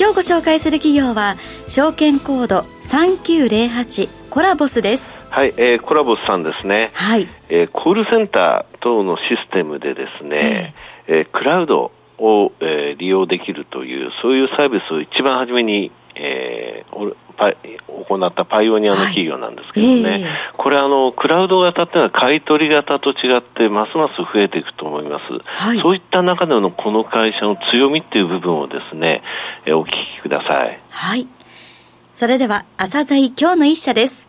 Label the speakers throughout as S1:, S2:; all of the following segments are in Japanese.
S1: 今日ご紹介する企業は証券コード3908コラボスです
S2: はい、えーコラボスさんですね、
S1: はい
S2: えーコールセンター等のシステムでですね、えークラウドを、えー利用できるというそういうサービスを一番初めに、えーおパイ行ったパイオニアの企業なんですけどね、
S1: はいええ
S2: これあのクラウド型っていうのは買い取り型と違ってますます増えていくと思います、
S1: はい
S2: そういった中でのこの会社の強みっていう部分をですね、えーお聞きください
S1: はいそれでは朝鮮今日の一社です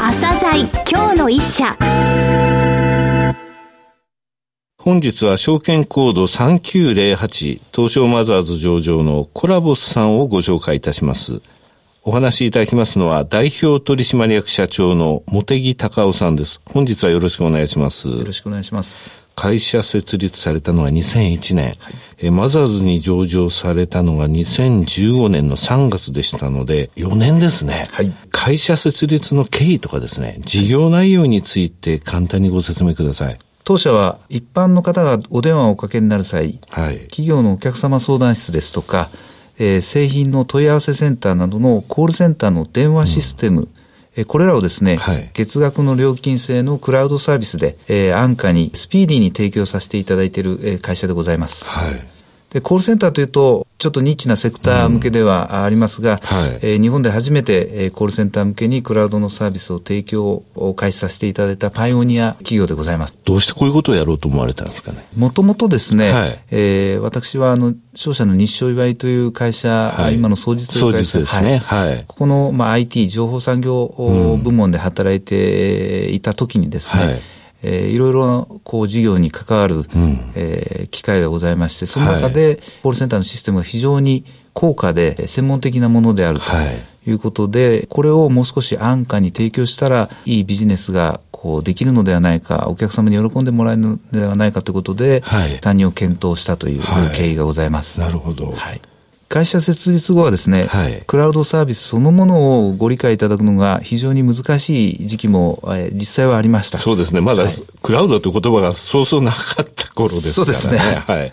S3: 朝鮮今日の一社
S4: 本日は証券コード3908東証マザーズ上場のコラボスさんをご紹介いたします。お話しいただきますのは代表取締役社長の茂木隆夫さんです。本日はよろしくお願いします。
S5: よろしくお願いします。
S4: 会社設立されたのは2001年、えーマザーズに上場されたのが2015年の3月でしたので、4年ですね。
S5: はい
S4: 会社設立の経緯とかですね、事業内容について簡単にご説明ください。
S5: 当社は一般の方がお電話をおかけになる際、
S4: はい。
S5: 企業のお客様相談室ですとか、えー製品の問い合わせセンターなどのコールセンターの電話システム、えーこれらをですね、
S4: はい
S5: 月額の料金制のクラウドサービスで、えー安価にスピーディーに提供させていただいている、えー会社でございます。
S4: はい。
S5: で、コールセンターというと、ちょっとニッチなセクター向けではありますが、
S4: はい
S5: えー日本で初めて、えーコールセンター向けにクラウドのサービスを提供を開始させていただいたパイオニア企業でございます。
S4: どうしてこういうことをやろうと思われたんですかね。
S5: もともとですね、
S4: はい
S5: えー私はあの、商社の日照祝いという会社、
S4: はい
S5: 今の総実という会
S4: 双日
S5: 社
S4: ですねはい
S5: ここの、まあ、IT、情報産業お部門で働いていた時にですね、
S4: はい
S5: えーいろいろ、こう、事業に関わる、
S4: ん
S5: えー機会がございまして、その中で、コールセンターのシステムが非常に高価で、えー専門的なものであると
S4: はい
S5: いうことで、これをもう少し安価に提供したら、いいビジネスが、こう、できるのではないか、お客様に喜んでもらえるのではないかということで、
S4: はい
S5: 参入を検討したという
S4: はい
S5: 経緯がございます。
S4: なるほど
S5: はい。会社設立後はですね、
S4: はい
S5: クラウドサービスそのものをご理解いただくのが非常に難しい時期も、えー実際はありました。
S4: そうですね。まだ、クラウドという言葉がそうそうなかった頃ですからね。
S5: そうですね
S4: はい。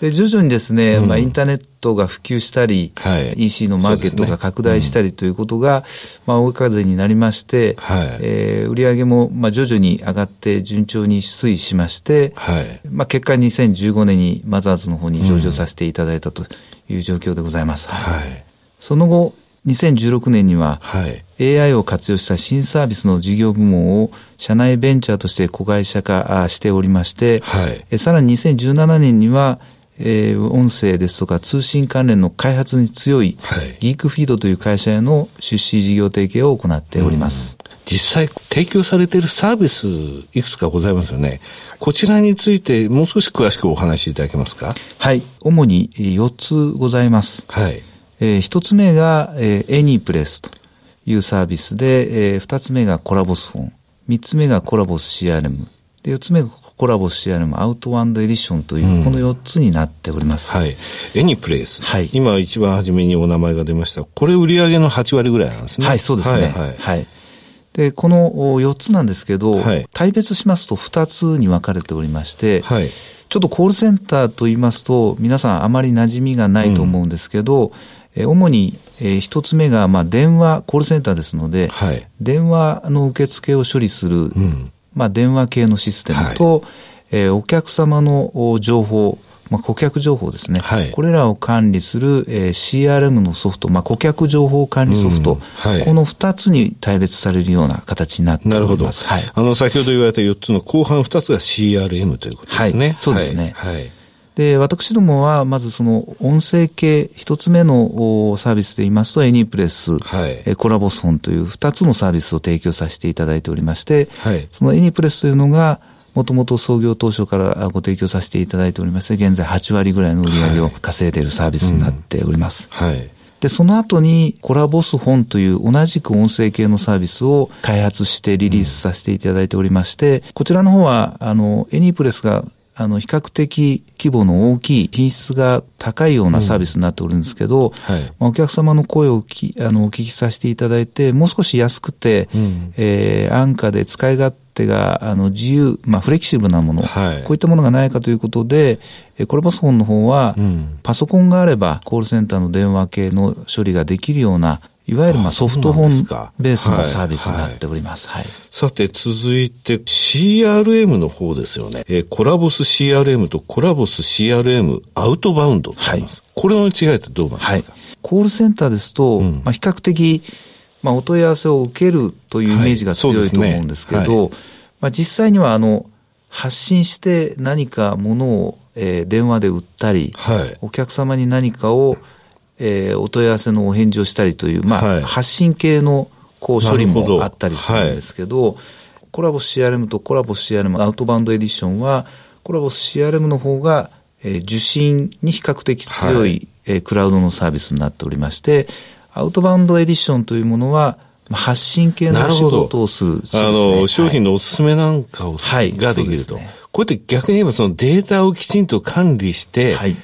S5: で、徐々にですね、まあ、インターネットが普及したり、
S4: はい
S5: EC のマーケット
S4: そうですね
S5: が拡大したりということが、まあ、追い風になりまして、
S4: はい
S5: えー売り上げも、まあ、徐々に上がって順調に推移しまして、
S4: はい。
S5: まあ、結果2015年にマザーズの方に上場させていただいたという状況でございます。
S4: はい。
S5: その後、2016年には、
S4: はい。
S5: AI を活用した新サービスの事業部門を社内ベンチャーとして子会社化あしておりまして、
S4: はい
S5: えさらに2017年には、えー音声ですとか通信関連の開発に強い、
S4: はい
S5: ギークフィードという会社への出資事業提携を行っております。
S4: 実際、提供されているサービス、いくつかございますよね。こちらについて、もう少し詳しくお話しいただけますか
S5: はい。主にえー4つございます。
S4: はい。
S5: えー一つ目が、えー、エニープレスというサービスで、えー二つ目がコラボスフォン、三つ目がコラボス CRM、で四つ目がコラボス CRM アウトワンドエディションという、この四つになっております。
S4: はい。エニプレイス。
S5: はい
S4: 今一番初めにお名前が出ました。これ売上の8割ぐらいなんですね。
S5: はい、そうですね。
S4: は
S5: はいい。
S4: はい。
S5: で、このお四つなんですけど、
S4: はい
S5: 対別しますと二つに分かれておりまして、
S4: はい
S5: ちょっとコールセンターと言いますと、皆さんあまり馴染みがないと思うんですけど、えー主に、えー一つ目が、まあ、電話、コールセンターですので、
S4: はい
S5: 電話の受付を処理する、
S4: ん
S5: まあ、電話系のシステムと、えーお客様のお情報、まあ、顧客情報ですね。
S4: はい
S5: これらを管理する、えー CRM のソフト、まあ、顧客情報管理ソフト、
S4: うんはい
S5: この二つに対別されるような形になっておりま
S4: な
S5: す。
S4: るほど。
S5: はい。
S4: あの、先ほど言われた4つの後半2つが CRM ということですね。
S5: はいそうですね
S4: はいはい
S5: で、私どもは、まずその音声系、一つ目のおサービスで言いますと、エニープレス、
S4: はい
S5: えコラボソンという二つのサービスを提供させていただいておりまして、
S4: はい
S5: そのエニープレスというのが、もともと創業当初からあご提供させていただいておりまして、現在8割ぐらいの売り上げを
S4: はい
S5: 稼いでいるサービスになっております。
S4: はい。
S5: で、その後にコラボス本という同じく音声系のサービスを開発してリリースさせていただいておりまして、こちらの方は、あの、エニープレスがあの、比較的規模の大きい、品質が高いようなサービスになっておるんですけど、うんはい、お客様の声をきあのお聞きさせていただいて、もう少し安くて、うん、えー、安価で使い勝手が、あの、自由、まあ、フレキシブルなもの、はい、こういったものがないかということで、えコラボスフォンの方は、うん、パソコンがあれば、コールセンターの電話系の処理ができるような、いわゆるまあソフト本ベースのサービスになっております。はい。はい、
S4: さて、続いて CRM の方ですよね。えー、コラボス CRM とコラボス CRM アウトバウンドはい。これの違いってどうなんですか、はい、
S5: コールセンターですと、うん、まあ比較的、まあお問い合わせを受けるというイメージが強いと思うんですけど、はいねはい、まあ実際にはあの、発信して何かものを、えー、電話で売ったり、はい、お客様に何かを、えー、お問い合わせのお返事をしたりという、まあ、はい、発信系のこう処理もあったりするんですけど、どはい、コラボ CRM とコラボ CRM アウトバウンドエディションは、コラボ CRM の方が、えー、受信に比較的強い、はい、えー、クラウドのサービスになっておりまして、アウトバウンドエディションというものは、発信系の仕事をする。
S4: すね、あの、商品のおすすめなんかを、はい、ができると。ね、こうやって逆に言えばそのデータをきちんと管理して、はい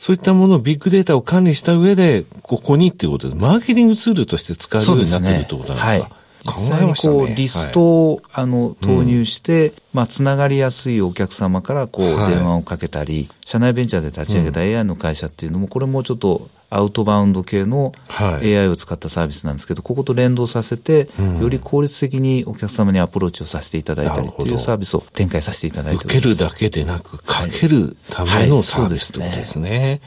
S4: そういったもの、ビッグデータを管理した上で、ここにっていうことで、マーケティングツールとして使えるようになってるってことなんですか。すね、はい、
S5: 考えましたね。こう、リストを、はい、あの、投入して、うん、まあ、つながりやすいお客様から、こう、電話をかけたり、はい、社内ベンチャーで立ち上げた AI の会社っていうのも、これもちょっと、アウトバウンド系の AI を使ったサービスなんですけど、ここと連動させて、より効率的にお客様にアプローチをさせていただいたりというサービスを展開させていただいてお
S4: ま
S5: り
S4: す。受けるだけでなく、かけるためのサービスということですね。はいはい、すね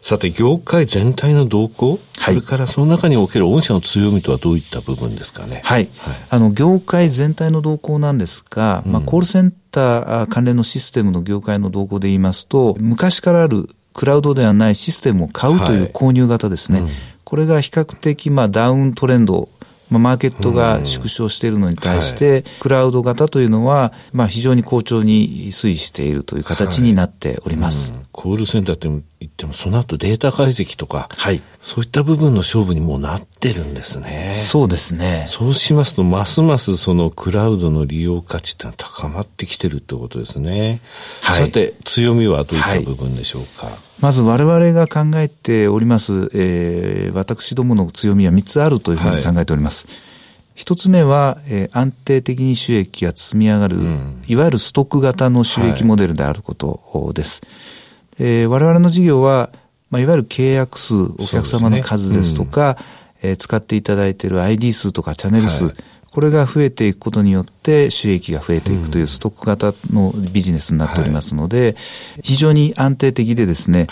S4: さて、業界全体の動向、はい、それからその中における御社の強みとはどういった部分ですかね。
S5: はい。あの、業界全体の動向なんですが、うん、まあ、コールセンター関連のシステムの業界の動向で言いますと、昔からあるクラウドではないシステムを買うという購入型ですね。はいうん、これが比較的、まあ、ダウントレンド、まあ、マーケットが縮小しているのに対して、うんはい、クラウド型というのは、まあ、非常に好調に推移しているという形になっております。はい
S4: うん、コールセンターって言っても、その後データ解析とか、はい、そういった部分の勝負にもうなってるんですね。
S5: そうですね。
S4: そうしますと、ますますそのクラウドの利用価値って高まってきてるってことですね。はい、さて、強みはどういった部分でしょうか。。
S5: まず我々が考えております、えー、私どもの強みは3つあるというふうに考えております。はい、1つ目は、えー、安定的に収益が積み上がる、うん、いわゆるストック型の収益モデルであることです。はい、えー、我々の事業は、まあ、いわゆる契約数、お客様の数ですとか、ねうん、えー、使っていただいている ID 数とかチャンネル数、はいこれが増えていくことによって収益が増えていくというストック型のビジネスになっておりますので、非常に安定的でですね、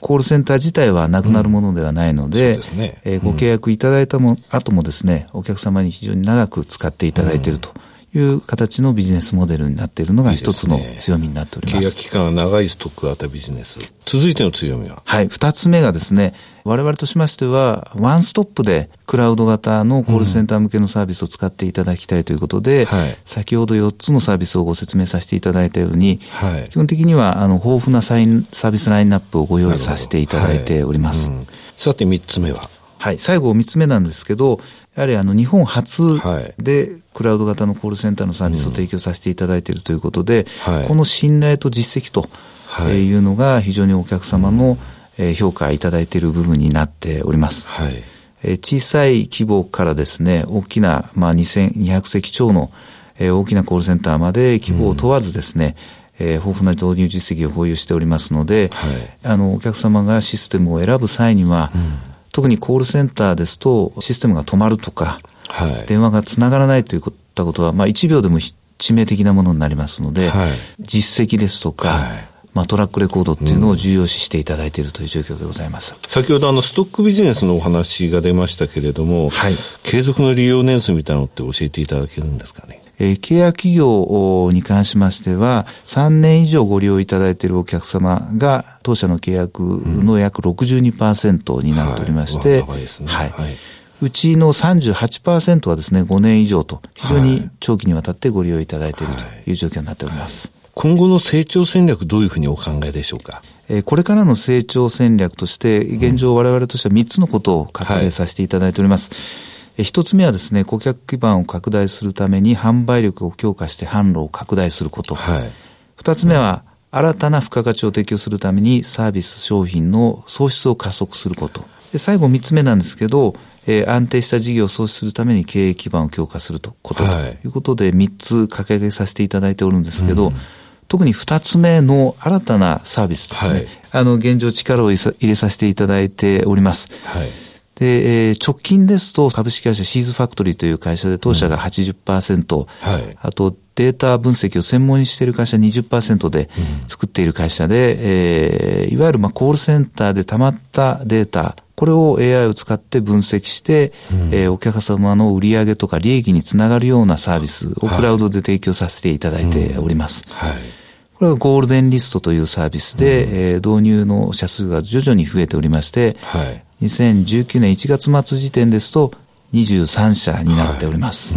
S5: コールセンター自体はなくなるものではないので、えご契約いただいたも、後もですね、お客様に非常に長く使っていただいていると。いう形のビジネスモデルになっているのが一つの強みになっております
S4: 契約期間が長いストック型ビジネス。続いての強みは
S5: はい。二つ目がですね、我々としましては、ワンストップでクラウド型のコールセンター向けのサービスを使っていただきたいということで、うんはい、先ほど4つのサービスをご説明させていただいたように、はい、基本的にはあの豊富なサインサービスラインナップをご用意させていただいております。はいうん、
S4: さて3つ目は
S5: はい、最後3つ目なんですけど、やはりあの日本初でクラウド型のコールセンターのサービスを提供させていただいているということで、うん、この信頼と実績というのが非常にお客様の、うん評価いただいている部分になっております。はい、小さい規模からですね、大きな、まあ、2200席超の大きなコールセンターまで規模を問わずですね、うん、豊富な導入実績を保有しておりますので、はい、あの、お客様がシステムを選ぶ際には、うん、特にコールセンターですと、システムが止まるとか、はい、電話がつながらないといったことは、まあ、1秒でも致命的なものになりますので、はい、実績ですとか、まあ、トラックレコードっていうのを重要視していただいているという状況でございます。うん、
S4: 先ほどあの、ストックビジネスのお話が出ましたけれども、はい、継続の利用年数みたいなのって教えていただけるんですかね。
S5: えー、契約企業に関しましては、3年以上ご利用いただいているお客様が、当社の契約の約62%になっておりまして、うん、はい。はい、はいうちの38%はですね、5年以上と、非常に長期にわたってご利用いただいているという状況になっております。はい
S4: 今後の成長戦略どういうふうにお考えでしょうか。
S5: えーこれからの成長戦略として、現状我々としては3つのことを掲げさせていただいております。えー一つ目はですね、顧客基盤を拡大するために販売力を強化して販路を拡大すること。
S4: はい
S5: 二つ目は、新たな付加価値を提供するためにサービス商品の創出を加速すること。で最後三つ目なんですけど、えー安定した事業を創出するために経営基盤を強化するとこと、
S4: はい
S5: ということで三つ掲げさせていただいておるんですけど、特に二つ目の新たなサービスですね。
S4: はい
S5: あの、現状力を入れさ入れさせていただいております。
S4: はい。
S5: で、えー直近ですと、株式会社シーズファクトリーという会社で当社が80%、
S4: はい
S5: あとデータ分析を専門にしている会社20%で、作っている会社で、えーいわゆるまあコールセンターで溜まったデータ、これを AI を使って分析して、えーお客様の売上とか利益につながるようなサービスをクラウドで提供させていただいております。
S4: はい。
S5: これはゴールデンリストというサービスで、えー導入の社数が徐々に増えておりまして、
S4: はい。
S5: 2019年1月末時点ですと23社になっております、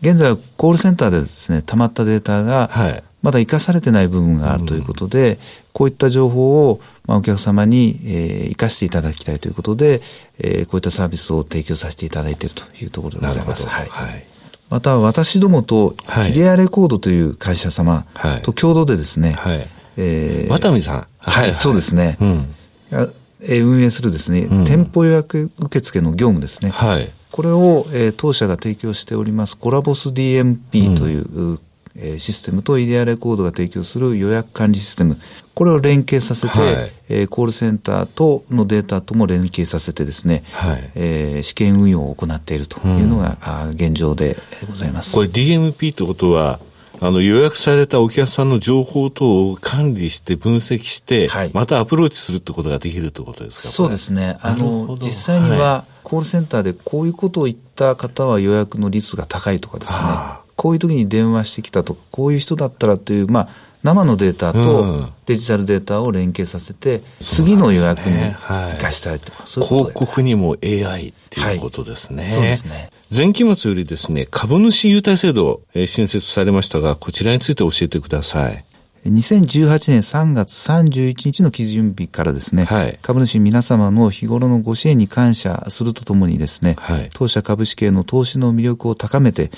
S5: 現在はコールセンターでですね溜まったデータが
S4: はい
S5: まだ活かされてない部分があるということで、こういった情報を、まあ、お客様に、えー活かしていただきたいということで、えーこういったサービスを提供させていただいているというところでご
S4: な
S5: ざ
S4: る
S5: い
S4: ほ
S5: ます
S4: ど。
S5: はい
S4: はい。
S5: また私どもと
S4: はい
S5: キレアレコードという会社様
S4: はい
S5: と共同でですね、
S4: はい
S5: えー
S4: 渡見さん。
S5: はい、そうですね。
S4: うん
S5: あえー運営するですね、
S4: ん
S5: 店舗予約受付の業務ですね。
S4: はい。
S5: これを、えー当社が提供しておりますコラボス DMP という、えーシステムとイデアレコードが提供する予約管理システム。これを連携させて、
S4: はい
S5: えーコールセンターとのデータとも連携させてですね、
S4: はい
S5: えー試験運用を行っているというのが、あー現状でございます。
S4: これ DMP ってことは、あの予約されたお客さんの情報等を管理して分析して、
S5: はい
S4: またアプローチするってことができるってことですか
S5: そうです
S4: ね。
S5: ね。あ
S4: なるほ
S5: の、
S4: ど
S5: 実際には、コールセンターでこういうことを言った方は予約の率が高いとかですね
S4: はあ。
S5: こういう時に電話してきたとか、こういう人だったらという、まあ、生のデータ
S4: うん
S5: とデジタルデータを連携させて、次の予約に
S4: はい
S5: 生かしたいとか、そういうこと
S4: 広
S5: で
S4: 告にも AI っていうことですね。
S5: はいそうですね。
S4: 前期末よりですね、株主優待制度、えー新設されましたが、こちらについて教えてください。
S5: 2018年3月31日の基準日からですね、
S4: はい
S5: 株主皆様の日頃のご支援に感謝するとともにですね、
S4: はい
S5: 当社株式への投資の魅力を高めて、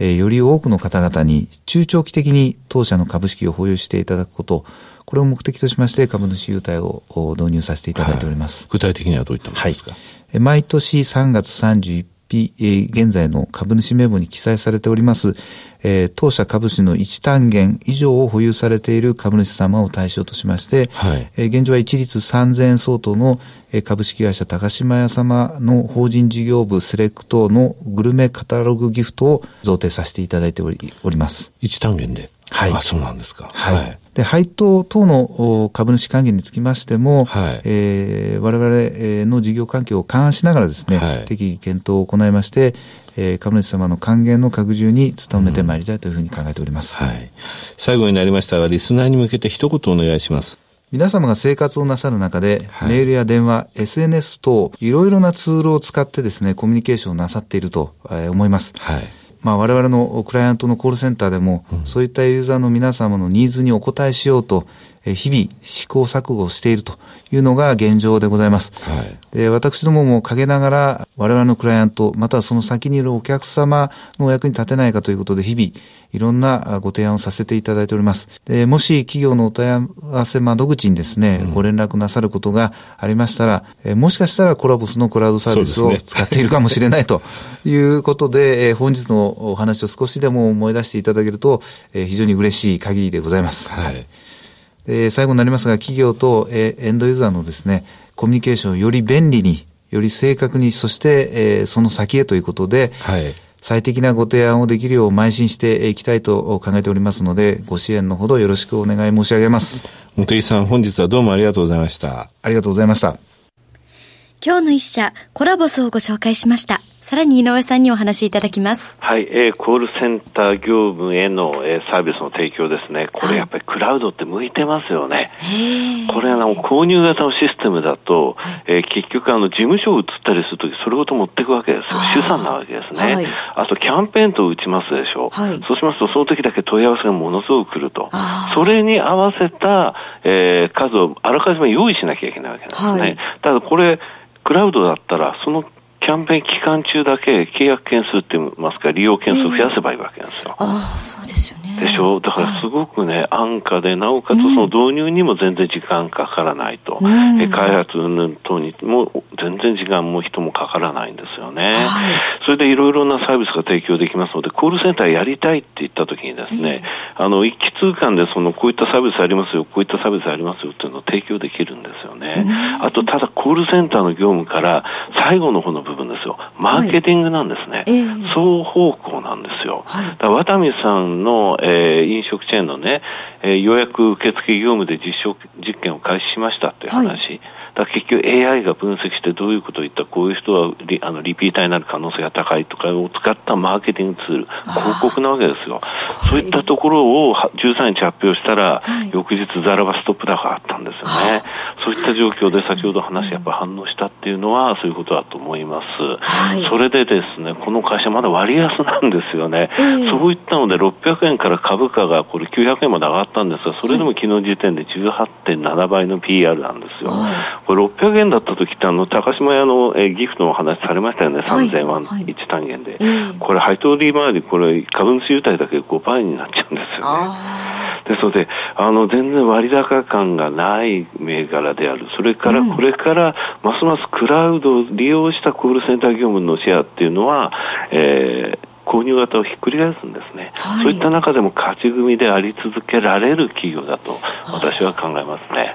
S5: えーより多くの方々に中長期的に当社の株式を保有していただくこと、これを目的としまして株主優待をお導入させていただいております。
S4: 具体的にはどういったもの
S5: はい
S4: ですか、。
S5: え毎年3月31日、えー現在の株主名簿に記載されております、えー当社株主の1単元以上を保有されている株主様を対象としまして、
S4: はい
S5: えー現状は一律3000円相当の、えー株式会社高島屋様の法人事業部セレクトのグルメカタログギフトを贈呈させていただいておりおります。
S4: 一単元で。
S5: はい
S4: あ、そうなんですか。
S5: はい。。で、配当等のお株主還元につきましても、
S4: はい
S5: えー我々えーの事業環境を勘案しながらですね、
S4: はい
S5: 適宜検討を行いまして、えー株主様の還元の拡充に努めてまいりたいというふうに考えております。
S4: はい。最後になりましたが、リスナーに向けて一言お願いします。
S5: 皆様が生活をなさる中で、
S4: はい
S5: メールや電話、SNS 等、いろいろなツールを使ってですね、コミュニケーションをなさっているとえー思います。
S4: はい。
S5: まあ、我々のクライアントのコールセンターでも、そういったユーザーの皆様のニーズにお応えしようと、えー日々試行錯誤しているというのが現状でございます。
S4: はい
S5: で私どもも陰ながら、我々のクライアント、またはその先にいるお客様のお役に立てないかということで、日々、いろんなあご提案をさせていただいております。でもし企業のお問い合わせ窓口にですね、ご連絡なさることがありましたら、えーもしかしたらコラボスのクラウドサービス
S4: そう
S5: を
S4: ですね
S5: 使っているかもしれないということで、えー本日のお話を少しでも思い出していただけると、えー非常に嬉しい限りでございます。
S4: はい。
S5: えー最後になりますが、企業と、えーエンドユーザーのですね、コミュニケーションをより便利に、より正確に、そして、えーその先へということで、
S4: はい
S5: 最適なご提案をできるよう邁進していきたいと考えておりますので、ご支援のほどよろしくお願い申し上げます。
S4: 茂木さん、本日はどうもありがとうございました。
S5: ありがとうございました。
S1: 今日の一社、コラボスをご紹介しました。さらに井上さんにお話しいただきます。
S2: はい、えーコールセンター業務への、えーサービスの提供ですね。こ
S1: はい
S2: れやっぱりクラウドって向いてますよね。これあの購入型のシステムだと、えー結局あの事務所を移ったりするときそれごと持っていくわけですよ。資産なわけですね。
S1: はい
S2: あとキャンペーンと打ちますでしょ。
S1: はい
S2: そうしますとその時だけ問い合わせがものすごく来ると
S1: あ。
S2: それに合わせた、えー数をあらかじめ用意しなきゃいけないわけなんですね。
S1: はい
S2: ただこれ、クラウドだったら、そのキャンペーン期間中だけ契約件数って言いますか、利用件数を増やせばいいわけなんですよ。
S1: ああ、そうですよね。
S2: でしょだからすごくね、安価で、なおかつその導入にも全然時間かからないと。
S1: ん
S2: え開発云々等にも全然時間も人もかからないんですよね。それでいろいろなサービスが提供できますので、コールセンターやりたいって言った時にですね、あの、一気通貫でその、こういったサービスありますよ、こういったサービスありますよっていうのを提供できるんですよね。あと、ただコールセンターの業務から最後の方の部分ですよ。マーケティングなんですね。
S1: ええ
S2: 双方向なんですよ。だからワタミさんの、えー飲食チェーンのね、えー予約受付業務で実証実験を開始しましたっていう話。だから結局 AI が分析してどういうことを言ったこういう人はリあのリピーターになる可能性が高いとかを使ったマーケティングツール、広告なわけですよ。そういったところをは13日発表したら、翌日ザラバストップ高があったんですよね。そういった状況で先ほど話やっぱ反応したっていうのはそういうことだと思います。
S1: はい
S2: それでですね、この会社まだ割安なんですよね。
S1: ええ
S2: そういったので600円から株価がこれ900円まで上がったんですが、それでも昨日時点で18.7倍の PR なんですよ。これ600円だった時ってあの、高島屋の、えーギフトのお話されましたよね、
S1: はい
S2: 3000万
S1: はい
S2: 1単元で。
S1: ええ
S2: これ配当利回り、これ株主優待だけで5倍になっちゃうんですよね。ですので、あの、全然割高感がない銘柄である。それから、これから、ますますクラウドを利用したコールセンター業務のシェアっていうのは、えー購入型をひっくり返すんですね、
S1: はい
S2: そういった中でも勝ち組であり続けられる企業だと私は考えますね。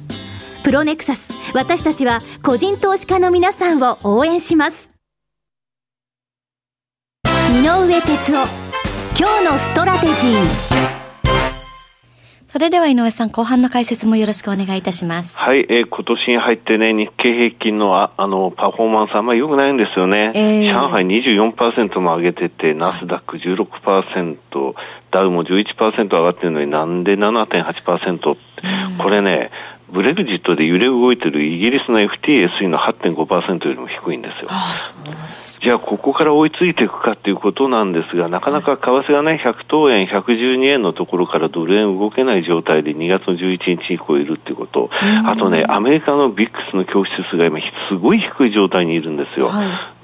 S3: プロネクサス私たちは個人投資家の皆さんを応援します井上哲夫今日のストラテジー
S1: それでは井上さん、後半の解説もよろしくお願いいたします。
S2: はい、えー今年に入ってね、日経平均のああのパフォーマンスあんまり良くないんですよね。
S1: えー
S2: 上海24%も上げてて、ナスダック16%、ダウも11%上がってるのになんで7.8%って、これね、ブレグジットで揺れ動いてるイギリスの FTSE の8.5%よりも低いんですよ。じゃあ、ここから追いついていくかということなんですが、なかなか為替がね、100等円、112円のところからドル円動けない状態で2月の11日以降いるっていうこと、あとね、アメリカのビックスの供給指数が今、すごい低い状態にいるんですよ。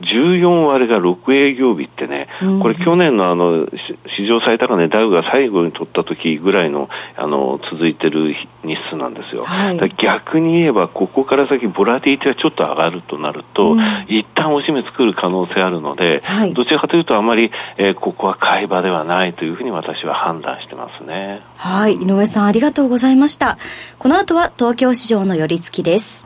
S2: 14割が6営業日ってね、これ去年のあの、し史上最高値ダウが最後に取った時ぐらいの、あの、続いてる日数なんですよ。
S1: はい
S2: だから逆に言えば、ここから先、ボラティティがちょっと上がるとなると、一旦おしめ作る可能性あるので、
S1: はい
S2: どちらかというと、あまり、えーここは買い場ではないというふうに私は判断してますね。
S1: はい、井上さんありがとうございました。この後は東京市場の寄り付きです。